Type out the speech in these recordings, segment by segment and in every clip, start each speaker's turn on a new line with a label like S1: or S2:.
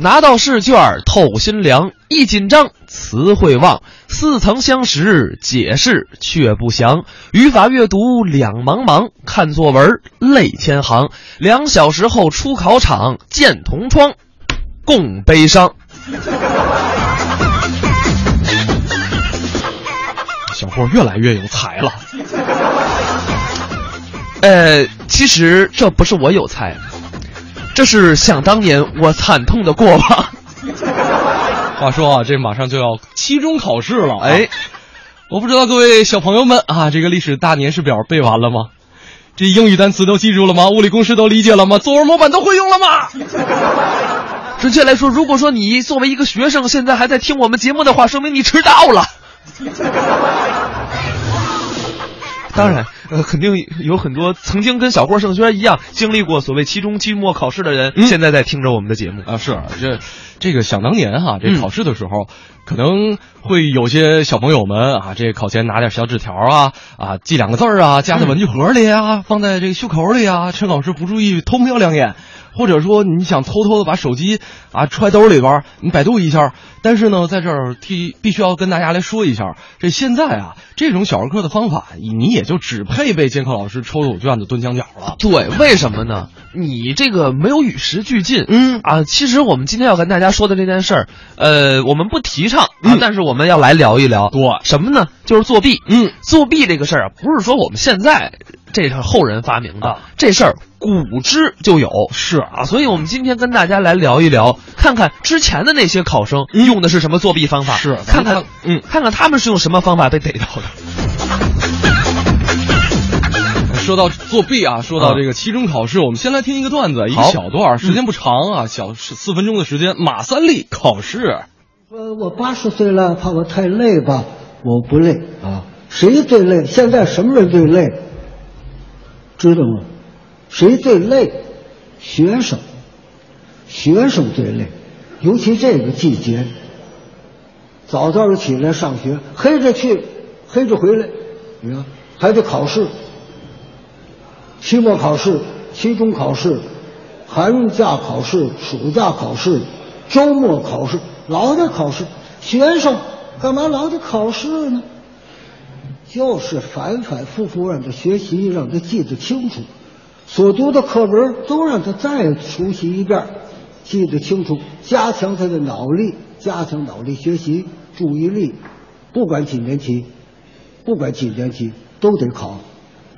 S1: 拿到试卷透心凉，一紧张词汇忘，似曾相识解释却不详，语法阅读两茫茫，看作文泪千行，两小时后出考场见同窗，共悲伤。
S2: 小霍越来越有才了。
S1: 呃，其实这不是我有才，这是想当年我惨痛的过往。
S2: 话说啊，这马上就要期中考试了、哎，
S1: 哎，
S2: 我不知道各位小朋友们啊，这个历史大年式表背完了吗？这英语单词都记住了吗？物理公式都理解了吗？作文模板都会用了吗？
S1: 准确来说，如果说你作为一个学生，现在还在听我们节目的话，说明你迟到了。 当然，呃，肯定有很多曾经跟小郭盛轩一样经历过所谓期中、期末考试的人，
S2: 嗯
S1: 现在在听着我们的节目。
S2: 啊，是这这个想当年哈、这
S1: 嗯
S2: 考试的时候，可能会有些小朋友们啊，这考前拿点小纸条啊啊，记两个字儿啊，夹在文具盒里啊，放在这个袖口里啊，趁老师不注意偷瞄两眼，或者说你想偷偷的把手机啊揣兜里边儿，你百度一下。但是呢，在这儿替必须要跟大家来说一下，这现在啊，这种小儿科的方法，你也就只配被监考老师抽走卷子蹲墙角了。
S1: 对，为什么呢？你这个没有与时俱进。
S2: 嗯
S1: 啊，其实我们今天要跟大家说的这件事儿，呃，我们不提倡啊，
S2: 嗯
S1: 但是我们要来聊一聊。
S2: 对
S1: 什么呢？就是作弊。
S2: 嗯，
S1: 作弊这个事儿啊，不是说我们现在这是后人发明的，
S2: 啊
S1: 这事儿古之就有。
S2: 是
S1: 啊，所以我们今天跟大家来聊一聊，看看之前的那些考生
S2: 嗯
S1: 用的是什么作弊方法，
S2: 是
S1: 看看
S2: 咱们看，嗯
S1: 看看他们是用什么方法被逮到的。
S2: 说到作弊啊，说到这个期中考试，我们先来听一个段子，一个小段儿，时间不长啊，小四四分钟的时间。马三立考试，
S3: 呃，我八十岁了，怕我太累吧？我不累啊，谁最累？现在什么人最累？知道吗？谁最累？学生，学生最累，尤其这个季节，早早的起来上学，黑着去，黑着回来，你看还得考试，期末考试、期中考试、寒假考试、暑假考试、周末考试，老得考试。学生干嘛老得考试呢？就是反反复复让他学习，让他记得清楚，所读的课文都让他再熟悉一遍，记得清楚，加强他的脑力，加强脑力学习注意力，不管几年级，不管几年级都得考，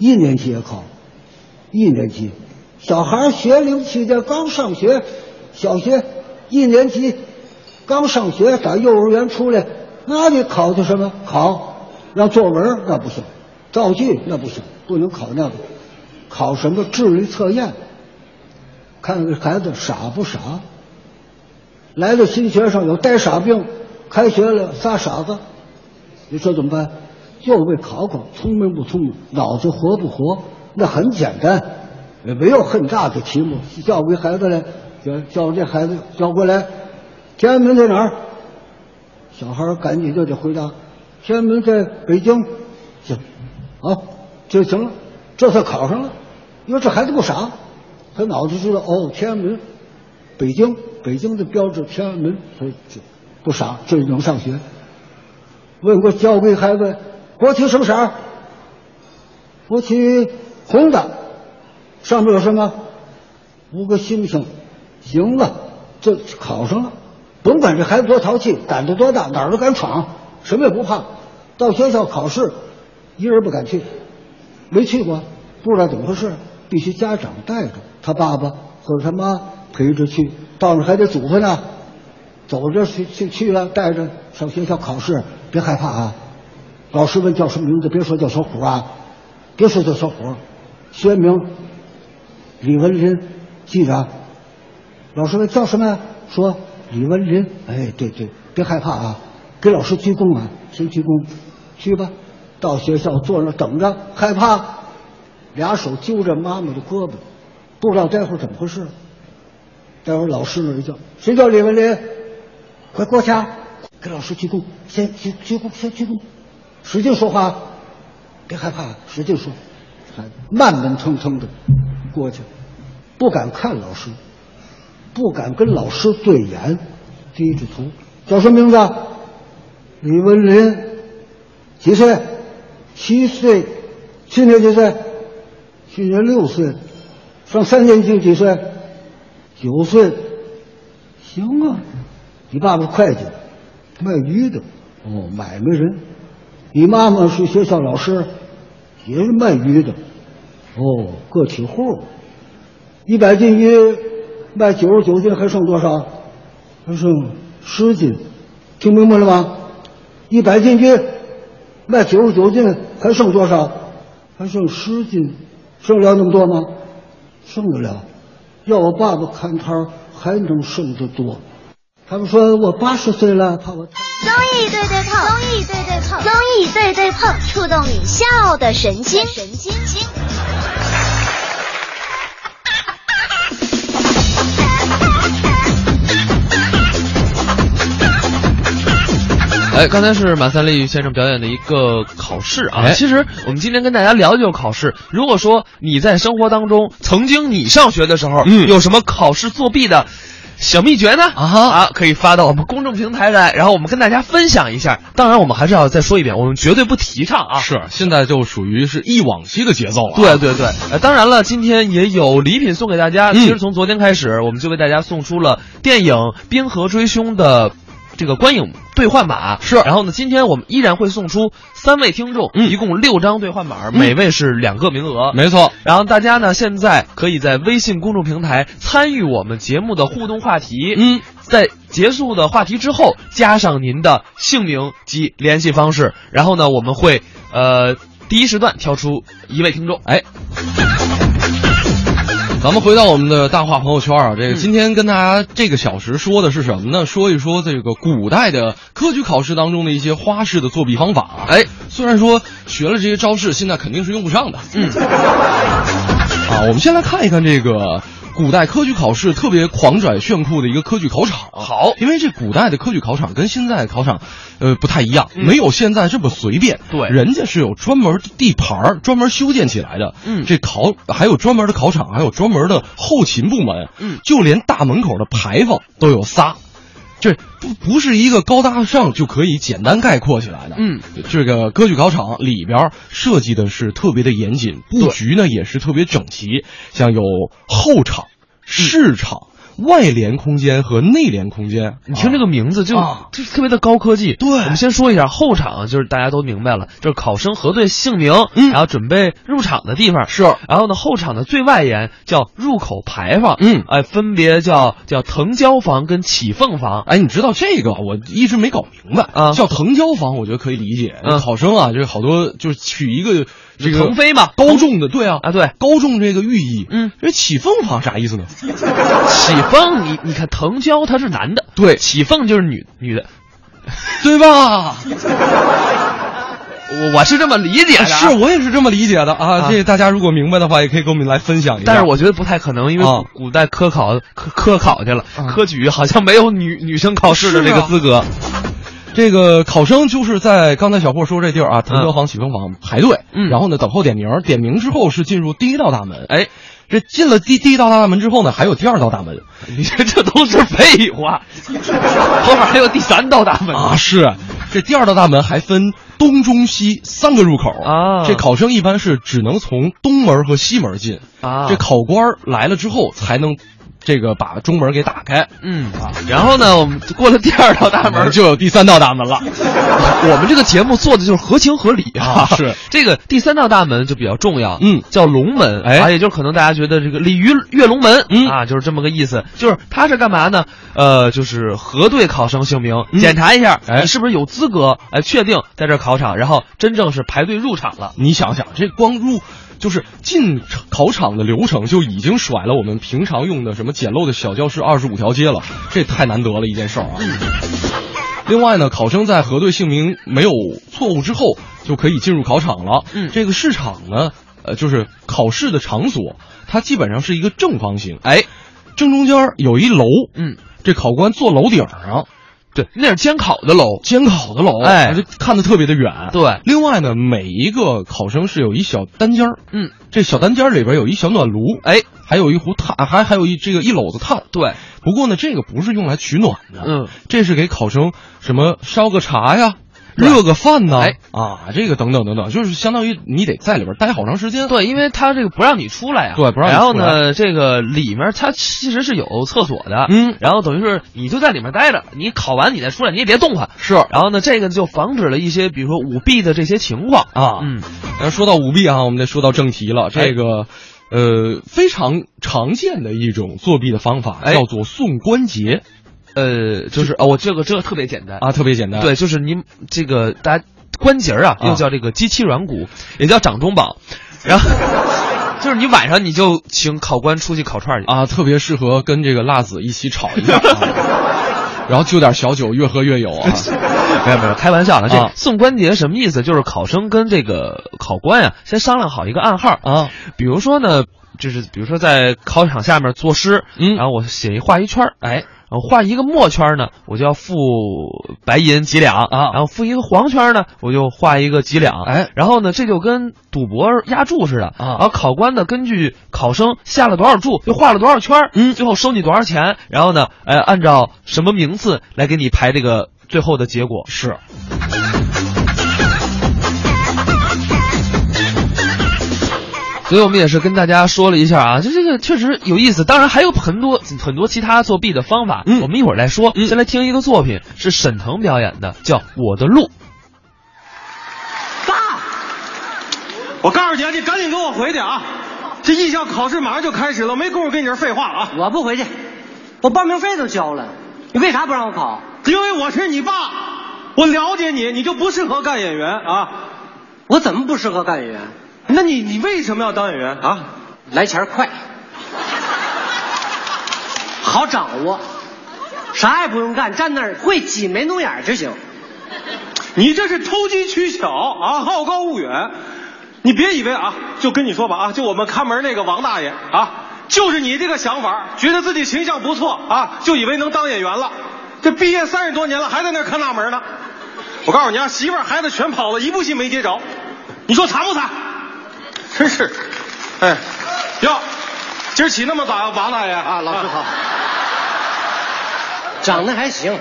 S3: 一年级也考，一年级，小孩儿学龄期间刚上学，小学一年级刚上学，打幼儿园出来，那你考的什么？考让作文儿那不行，造句那不行，不能考那个，考什么智力测验？看看孩子傻不傻？来的新学生有呆傻病，开学了仨傻子，你说怎么办？就为考考聪明不聪明，脑子活不活？那很简单，也没有很大的题目。叫一孩子来，叫叫这孩子叫过来，天安门在哪儿？小孩儿赶紧就得回答，天安门在北京，行，好，这行了，这算考上了。因为这孩子不傻，他脑子知道哦，天安门，北京，北京的标志天安门，他就不傻，这就能上学。问过教会还问国旗什么色儿？国旗红的，上面有什么？五个星星。行了，这考上了，甭管这孩子多淘气，胆子多大，哪儿都敢闯，什么也不怕。到学校考试，一人不敢去，没去过，不知道怎么回事，必须家长带着，他爸爸或者他妈陪着去，到那儿还得嘱咐呢。走着去去去了，带着上学校考试，别害怕啊！老师问叫什么名字，别说叫小虎啊，别说叫小虎，学名李文林，记着啊。老师问叫什么呀？说李文林。哎，对对，别害怕啊，给老师鞠躬啊，先鞠躬，去吧。到学校坐那儿等着，害怕，俩手揪着妈妈的胳膊，不知道待会儿怎么回事。待会儿老师那儿一叫，谁叫李文林？快过去，啊，给老师鞠躬，先鞠鞠躬，先鞠躬，使劲说话，别害怕，使劲说，慢慢腾腾的过去，不敢看老师，不敢跟老师对眼，低着头。叫什么名字啊？李文林，几岁？七岁。去年几岁？去年六岁。上三年级几岁？九岁。行啊，你爸爸是会计，卖鱼的，哦，买卖人。你妈妈是学校老师，也是卖鱼的，哦，个体户。一百斤鱼卖九十九斤，还剩多少？还剩十斤。听明白了吗？一百斤鱼卖九十九斤，还剩多少？还剩十斤，剩了那么多吗？剩得了。要我爸爸看摊儿，还能剩得多。他们说我八十岁了，怕我太。
S4: 综艺对对碰，综艺对对碰，综艺对对碰，触动你笑的神经，神经经。
S1: 哎，刚才是马三立先生表演的一个考试啊。
S2: 哎
S1: 其实我们今天跟大家聊一聊考试。如果说你在生活当中曾经你上学的时候，
S2: 嗯
S1: 有什么考试作弊的小秘诀呢？
S2: 啊哈
S1: 啊，可以发到我们公众平台来，然后我们跟大家分享一下。当然，我们还是要再说一遍，我们绝对不提倡啊。
S2: 是，现在就属于是一往期的节奏了。
S1: 对，对对，呃，当然了，今天也有礼品送给大家。
S2: 啊嗯
S1: 其实从昨天开始，我们就为大家送出了电影《冰河追凶》的。这个观影兑换码
S2: 是
S1: 然后呢，今天我们依然会送出三位听众，
S2: 嗯
S1: 一共六张兑换码，每位是两个名额。
S2: 没错。
S1: 然后大家呢，现在可以在微信公众平台参与我们节目的互动话题，
S2: 嗯，
S1: 在结束的话题之后，加上您的姓名及联系方式，然后呢，我们会呃第一时段挑出一位听众。
S2: 哎。咱们回到我们的大话朋友圈啊，
S1: 嗯
S2: 这个今天跟大家这个小时说的是什么呢？说一说这个古代的科举考试当中的一些花式的作弊方法啊。
S1: 哎，
S2: 虽然说学了这些招式，现在肯定是用不上的。嗯，啊，我们先来看一看这个古代科举考试特别狂拽炫酷的一个科举考场。啊
S1: 好
S2: 因为这古代的科举考场跟现在的考场，呃，不太一样，没有现在这么随便。
S1: 嗯对
S2: 人家是有专门的地盘儿，专门修建起来的。
S1: 嗯
S2: 这考还有专门的考场，还有专门的后勤部门。
S1: 嗯，
S2: 就连大门口的牌坊都有仨。这不不是一个高大上就可以简单概括起来的。
S1: 嗯，
S2: 这个科举考场里边儿设计的是特别的严谨，布局呢也是特别整齐，像有后场、
S1: 嗯
S2: 市场、外联空间和内联空间。
S1: 你听这
S2: 个，
S1: 个名字就、
S2: 啊
S1: 就特别的高科技。
S2: 对
S1: 我们先说一下后场，就是大家都明白了，就是考生核对姓名，
S2: 嗯
S1: 然后准备入场的地方
S2: 是
S1: 然后呢，后场的最外沿叫入口牌坊，
S2: 嗯
S1: 哎，分别叫叫藤椒房跟起凤房。
S2: 哎，你知道这个我一直没搞明白
S1: 啊
S2: 叫藤椒房，我觉得可以理解。
S1: 嗯
S2: 考生啊，就是好多就是取一个这个
S1: 腾飞嘛
S2: 高中的对啊
S1: 啊对
S2: 高中这个寓意。
S1: 嗯，
S2: 这起凤房啥意思呢？
S1: 起凤，你你看藤椒他是男的，
S2: 对
S1: 起凤就是女女的，
S2: 对吧？
S1: 我我是这么理解的、
S2: 啊是，。我也是这么理解的啊。
S1: 啊
S2: 这大家如果明白的话，也可以跟我们来分享一下。
S1: 但是我觉得不太可能，因为
S2: 啊
S1: 古古代科考科科考去了，科举好像没有女女生考试的
S2: 是
S1: 这个
S2: 啊
S1: 资格。
S2: 这个考生就是在刚才小霍说这地儿啊，腾
S1: 嗯
S2: 德坊、启风坊排队，
S1: 嗯
S2: 然后呢等候点名，点名之后是进入第一道大门。
S1: 哎，
S2: 这进了第第一道大门之后呢，还有第二道大门
S1: 你这这都是废话，后面还有第三道大门
S2: 啊，是这第二道大门还分东、中、西三个入口
S1: 啊
S2: 这考生一般是只能从东门和西门进
S1: 啊
S2: 这考官儿来了之后才能这个把中门给打开。
S1: 嗯，然后呢，我们过了第二道大门，
S2: 就有第三道大门了。
S1: 我们这个节目做的就是合情合理啊。
S2: 啊是
S1: 这个第三道大门就比较重要，
S2: 嗯
S1: 叫龙门，
S2: 哎
S1: 啊，也就是可能大家觉得这个鲤鱼跃龙门，
S2: 嗯
S1: 啊，就是这么个意思。就是它是干嘛呢？呃，就是核对考生姓名，
S2: 嗯
S1: 检查一下
S2: 哎
S1: 你是不是有资格，哎，确定在这儿考场，然后真正是排队入场了。
S2: 你想想，这光入就是进考场的流程就已经甩了我们平常用的什么简陋的小教室二十五条街了，这太难得了一件事儿啊。另外呢，考生在核对姓名没有错误之后，就可以进入考场了。
S1: 嗯
S2: 这个市场呢，呃，就是考试的场所，它基本上是一个正方形，
S1: 哎，
S2: 正中间儿有一楼，
S1: 嗯，
S2: 这考官坐楼顶儿上，
S1: 对，那是监考的楼。
S2: 监考的楼，
S1: 哎
S2: 就看得特别的远。
S1: 对，
S2: 另外呢，每一个考生是有一小单间儿，
S1: 嗯，
S2: 这小单间儿里边有一小暖炉，
S1: 哎，
S2: 还有一壶炭，还还有一这个一篓子炭。
S1: 对，
S2: 不过呢，这个不是用来取暖的，
S1: 嗯，
S2: 这是给考生什么烧个茶呀。
S1: 对
S2: 热个饭呐，
S1: 哎
S2: 啊，这个等等等等，就是相当于你得在里边待好长时间。
S1: 对，因为他这个不让你出来啊，
S2: 对不让你
S1: 然后
S2: 出来
S1: 呢，这个里面它其实是有厕所的，
S2: 嗯
S1: 然后等于是你就在里面待着，你考完你再出来，你也别动它。
S2: 是
S1: 然后呢，这个就防止了一些比如说舞弊的这些情况
S2: 啊，
S1: 嗯，哎
S2: 那说到舞弊啊，我们得说到正题了。这个，呃，非常常见的一种作弊的方法
S1: 哎
S2: 叫做送关节
S1: 呃，就是啊，我这个这个特别简单，
S2: 啊，特别简单。
S1: 对，就是你这个大家关节儿啊，
S2: 啊
S1: 又叫这个鸡膝软骨，也叫掌中宝，然后 就是你晚上你就请考官出去烤串儿去。
S2: 啊，特别适合跟这个辣子一起炒一 下，啊然后就点小酒，越喝越有啊。
S1: 没有没有，开玩笑了。这
S2: 啊
S1: 送关节什么意思？就是考生跟这个考官啊，先商量好一个暗号
S2: 啊。
S1: 比如说呢，就是比如说在考场下面作诗，
S2: 嗯
S1: 然后我写一画一圈儿，
S2: 哎，
S1: 然后画一个墨圈儿呢，我就要付白银几两
S2: 啊
S1: 然后付一个黄圈儿呢，我就画一个几两，
S2: 哎，
S1: 然后呢，这就跟赌博押注似的啊然后考官呢，根据考生下了多少注，就画了多少圈儿，嗯，最后收你多少钱，然后呢，呃，按照什么名次来给你排这个最后的结果。
S2: 是
S1: 所以我们也是跟大家说了一下啊，就这个确实有意思。当然还有很多很多其他作弊的方法，
S2: 嗯
S1: 我们一会儿再说。
S2: 嗯
S1: 先来听一个作品，是沈腾表演的，叫《我的路》。
S5: 爸，我告诉你啊，你赶紧跟我回去啊！这艺校考试马上就开始了，没工夫跟你这儿废话了啊！
S6: 我不回去，我报名费都交了，你为啥不让我考？
S5: 因为我是你爸，我了解你，你就不适合干演员啊！
S6: 我怎么不适合干演员？
S5: 那你你为什么要当演员啊？
S6: 来钱儿快，好掌握，啥也不用干，站那儿会挤眉弄眼儿就行。
S5: 你这是投机取巧啊，好高骛远！你别以为啊，就跟你说吧啊，就我们看门那个王大爷啊，就是你这个想法，觉得自己形象不错啊，就以为能当演员了。这毕业三十多年了，还在那儿看大门呢。我告诉你啊，媳妇儿孩子全跑了，一部戏没接着。你说惨不惨？真是，哎，哟，今儿起那么早啊，王大爷
S6: 啊，老师好，长得还行，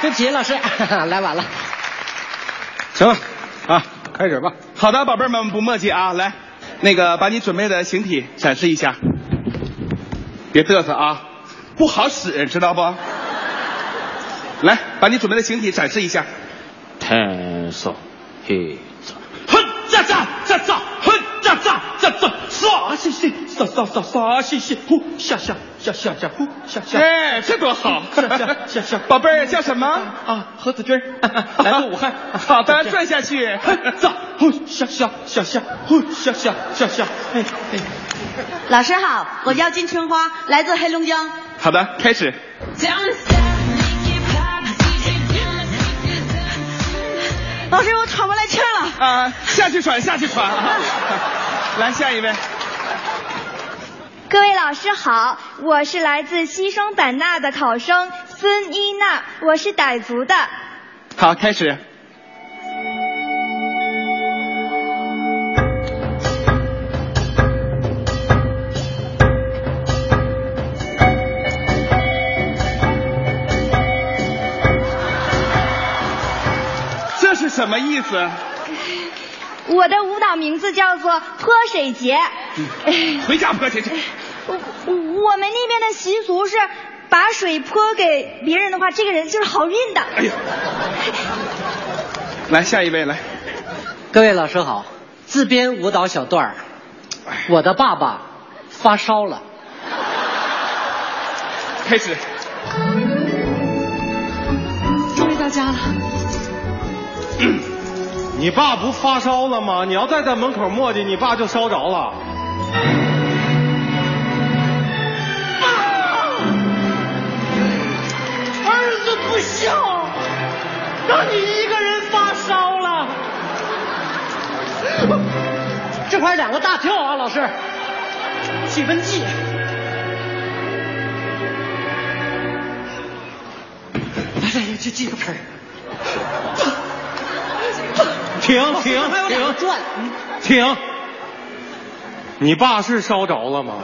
S6: 对不起老师，来晚了。
S5: 行了啊，开始吧。
S7: 好的，宝贝儿们，不墨迹啊，来，那个把你准备的形体展示一下，别嘚瑟啊，不好使，知道不？来，把你准备的形体展示一下。
S8: 天上黑子，
S7: 哼，咋咋咋咋，哼，咋咋咋咋，啥兮兮，啥啥啥啥兮兮，呼下下下下下呼下下。哎，这多好！下下下下，宝贝儿叫什么？啊，何子君， 来自武汉。好的，转下去。哼，咋呼下下下下呼下下下下，哎哎。
S9: 老师好，我叫金春花，来自黑龙江。
S7: 好的，开始。
S9: 老师，我喘不来气儿了。
S7: 啊，下去喘，下去喘啊！来，下一位，
S4: 各位老师好，我是来自西双版纳的考生孙一娜，我是傣族的。
S7: 好，开始。这是什么意思？
S4: 我的舞蹈名字叫做泼水节。
S7: 回家泼去去。
S4: 我我们那边的习俗是，把水泼给别人的话，这个人就是好运的。
S7: 哎呀，来下一位来。
S6: 各位老师好，自编舞蹈小段儿。
S5: 哎
S6: 我的爸爸发烧了，
S7: 开始。
S5: 你爸不发烧了吗？你要再在门口磨叽，你爸就烧着了。
S6: 啊儿子不孝，让你一个人发烧了。这块儿两个大跳啊，老师，体温计。这这个盆儿，
S5: 停停
S6: 我有两个
S5: 停，
S6: 转，
S5: 停！你爸是烧着了吗？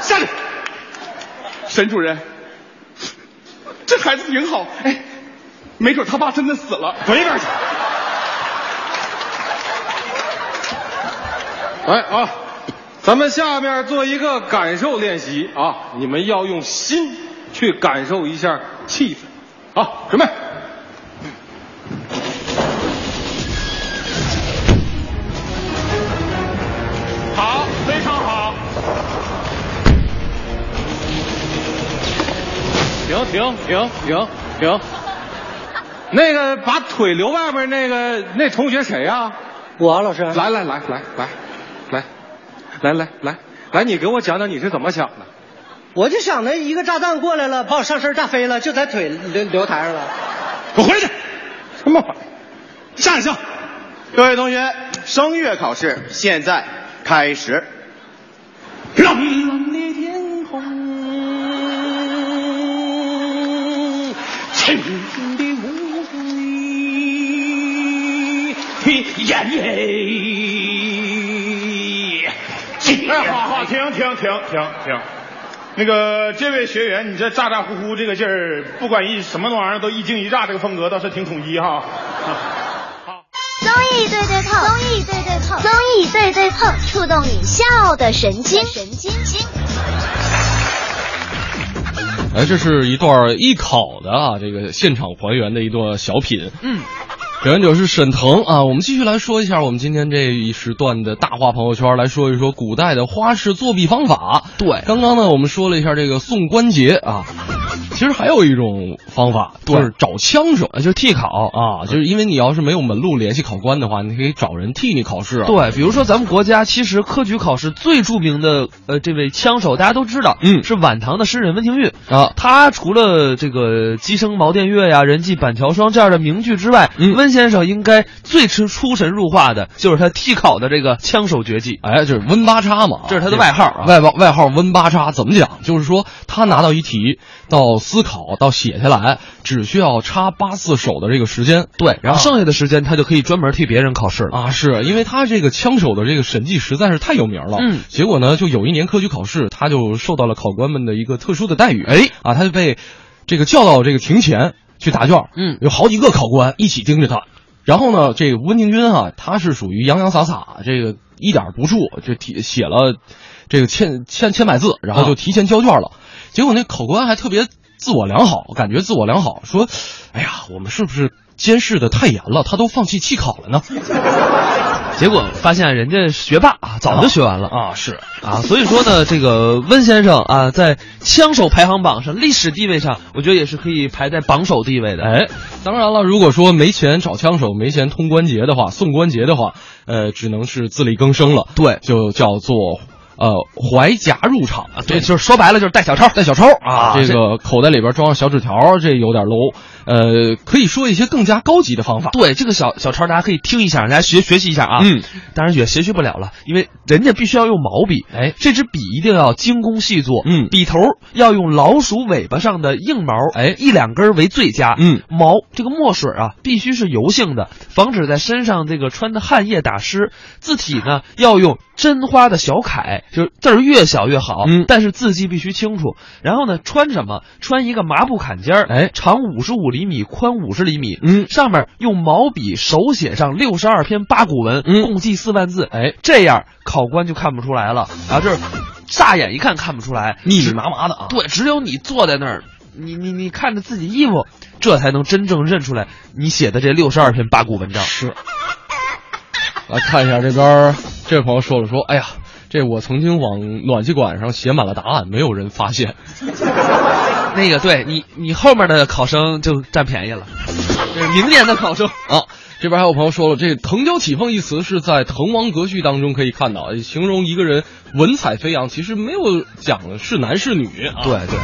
S7: 下去。沈主任，这孩子挺好，哎，没准他爸真的死了。
S5: 滚一边去！来啊，咱们下面做一个感受练习啊，你们要用心去感受一下气氛。好，准备。好，非常好。停停停停停！那个把腿留外边那个那同学谁呀、
S6: 我啊老师，
S5: 来来来来来来来来来来，你给我讲讲你是怎么想的？
S6: 我就想着一个炸弹过来了，把我上身炸飞了，就在腿留留台上了。
S5: 给我回去！什么玩意儿？下一项，
S10: 各位同学，声乐考试现在开始。
S5: 让蓝的天空，沉静的湖水，眼泪。
S11: 哎，好好，停停停停停。那个这位学员，你这咋咋呼呼这个劲儿，不管一什么玩意儿都一惊一乍，这个风格倒是挺统一哈。
S12: 综艺对对碰，综艺对对碰，综艺对对碰，触动你笑的神经，神经经。
S2: 哎，这是一段艺考的啊，这个现场还原的一段小品。嗯，表演者是沈腾啊。我们继续来说一下我们今天这一时段的大话朋友圈，来说一说古代的花式作弊方法。
S1: 对
S2: 刚刚呢，我们说了一下这个送关节啊，其实还有一种方法，就是找枪手，
S1: 就替考。
S2: 啊，就是因为你要是没有门路联系考官的话，你可以找人替你考试啊。
S1: 对，比如说咱们国家其实科举考试最著名的呃这位枪手，大家都知道，
S2: 嗯
S1: 是晚唐的诗人温庭筠
S2: 啊
S1: 他除了这个“鸡声茅店月”呀、“人迹板桥霜”这样的名句之外，
S2: 嗯
S1: 温先生应该最吃出神入化的就是他替考的这个枪手绝技。
S2: 哎，就是温八叉嘛，
S1: 这是他的外号啊
S2: 外号外号温八叉怎么讲？就是说他拿到一题，到思考到写下来，只需要插八四手的这个时间。
S1: 对，然后
S2: 啊
S1: 剩下的时间他就可以专门替别人考试了。
S2: 啊，是因为他这个枪手的这个神技实在是太有名了。
S1: 嗯
S2: 结果呢，就有一年科举考试，他就受到了考官们的一个特殊的待遇。
S1: 哎，
S2: 啊，他就被这个叫到这个庭前去答卷。
S1: 嗯
S2: 有好几个考官一起盯着他。然后呢，这个温庭筠啊，他是属于洋洋洒洒，这个一点儿不怵，就提写了这个千千千百字，然后就
S1: 啊
S2: 提前交卷了。结果那考官还特别自我良好，感觉自我良好，说：“哎呀，我们是不是监视的太严了？他都放弃弃考了呢？”
S1: 结果发现人家学霸啊，早就学完了
S2: 啊，是
S1: 啊，所以说呢，这个温先生啊，在枪手排行榜上历史地位上，我觉得也是可以排在榜首地位的。
S2: 哎，当然了，如果说没钱找枪手，没钱通关节的话，送关节的话，呃，只能是自力更生了。
S1: 对
S2: 就叫做呃怀夹入场
S1: 啊，对，就是说白了就是带小抄，带小抄啊，
S2: 这个口袋里边装上小纸条，这有点 low。呃，可以说一些更加高级的方法。
S1: 对，这个小小抄大家可以听一下，大家学学习一下啊。
S2: 嗯，
S1: 当然也学习不了了，因为人家必须要用毛笔。
S2: 哎
S1: 这支笔一定要精工细作。
S2: 嗯
S1: 笔头要用老鼠尾巴上的硬毛，
S2: 哎
S1: 一两根为最佳。
S2: 嗯，
S1: 毛这个墨水啊，必须是油性的，防止在身上这个穿的汗液打湿。字体呢，要用真花的小楷，就是字儿越小越好。
S2: 嗯
S1: 但是字迹必须清楚。然后呢，穿什么？穿一个麻布坎肩儿，
S2: 哎
S1: 长五十五厘米，宽五十厘米。
S2: 嗯
S1: 上面用毛笔手写上六十二篇八股文，
S2: 嗯
S1: 共计四万字。
S2: 哎，
S1: 这样考官就看不出来了，然后就是乍眼一看看不出来，
S2: 密密麻麻的啊
S1: 对，只有你坐在那儿，你你你看着自己衣服，这才能真正认出来你写的这六十二篇八股文章。
S2: 是。
S1: 啊
S2: 来看一下这边，这位朋友说了说，哎呀，这我曾经往暖气管上写满了答案，没有人发现。
S1: 那个，对你你后面的考生就占便宜了，这是明年的考生。
S2: 啊，这边还有朋友说了，这“藤椒起凤”一词是在《滕王阁序》当中可以看到，哎形容一个人文采飞扬，其实没有讲是男是女啊。
S1: 对对。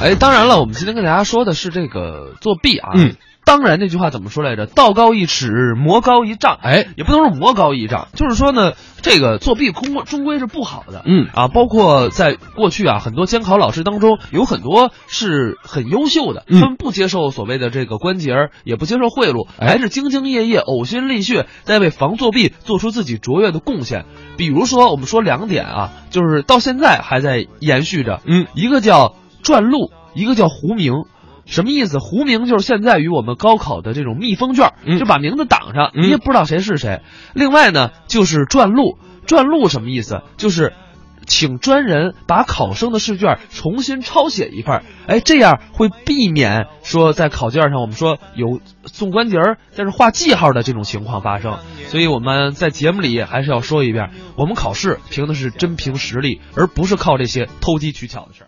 S1: 哎，当然了，我们今天跟大家说的是这个作弊啊。
S2: 嗯。
S1: 当然，那句话怎么说来着？道高一尺，魔高一丈。哎，也不能说魔高一丈，就是说呢，这个作弊终归终归是不好的。
S2: 嗯
S1: 啊，包括在过去啊，很多监考老师当中，有很多是很优秀的，
S2: 嗯
S1: 他们不接受所谓的这个关节儿，也不接受贿赂，
S2: 哎
S1: 还是兢兢业业、呕心沥血，在为防作弊做出自己卓越的贡献。比如说，我们说两点啊，就是到现在还在延续着。嗯，一个叫转录，一个叫糊名。什么意思？糊名就是现在与我们高考的这种密封卷，就把名字挡上，你也不知道谁是谁。另外呢，就是转录，转录什么意思？就是请专人把考生的试卷重新抄写一份儿，哎，这样会避免说在考卷上我们说有送关节儿，但是画记号的这种情况发生。所以我们在节目里还是要说一遍，我们考试凭的是真凭实力，而不是靠这些偷机取巧的事儿。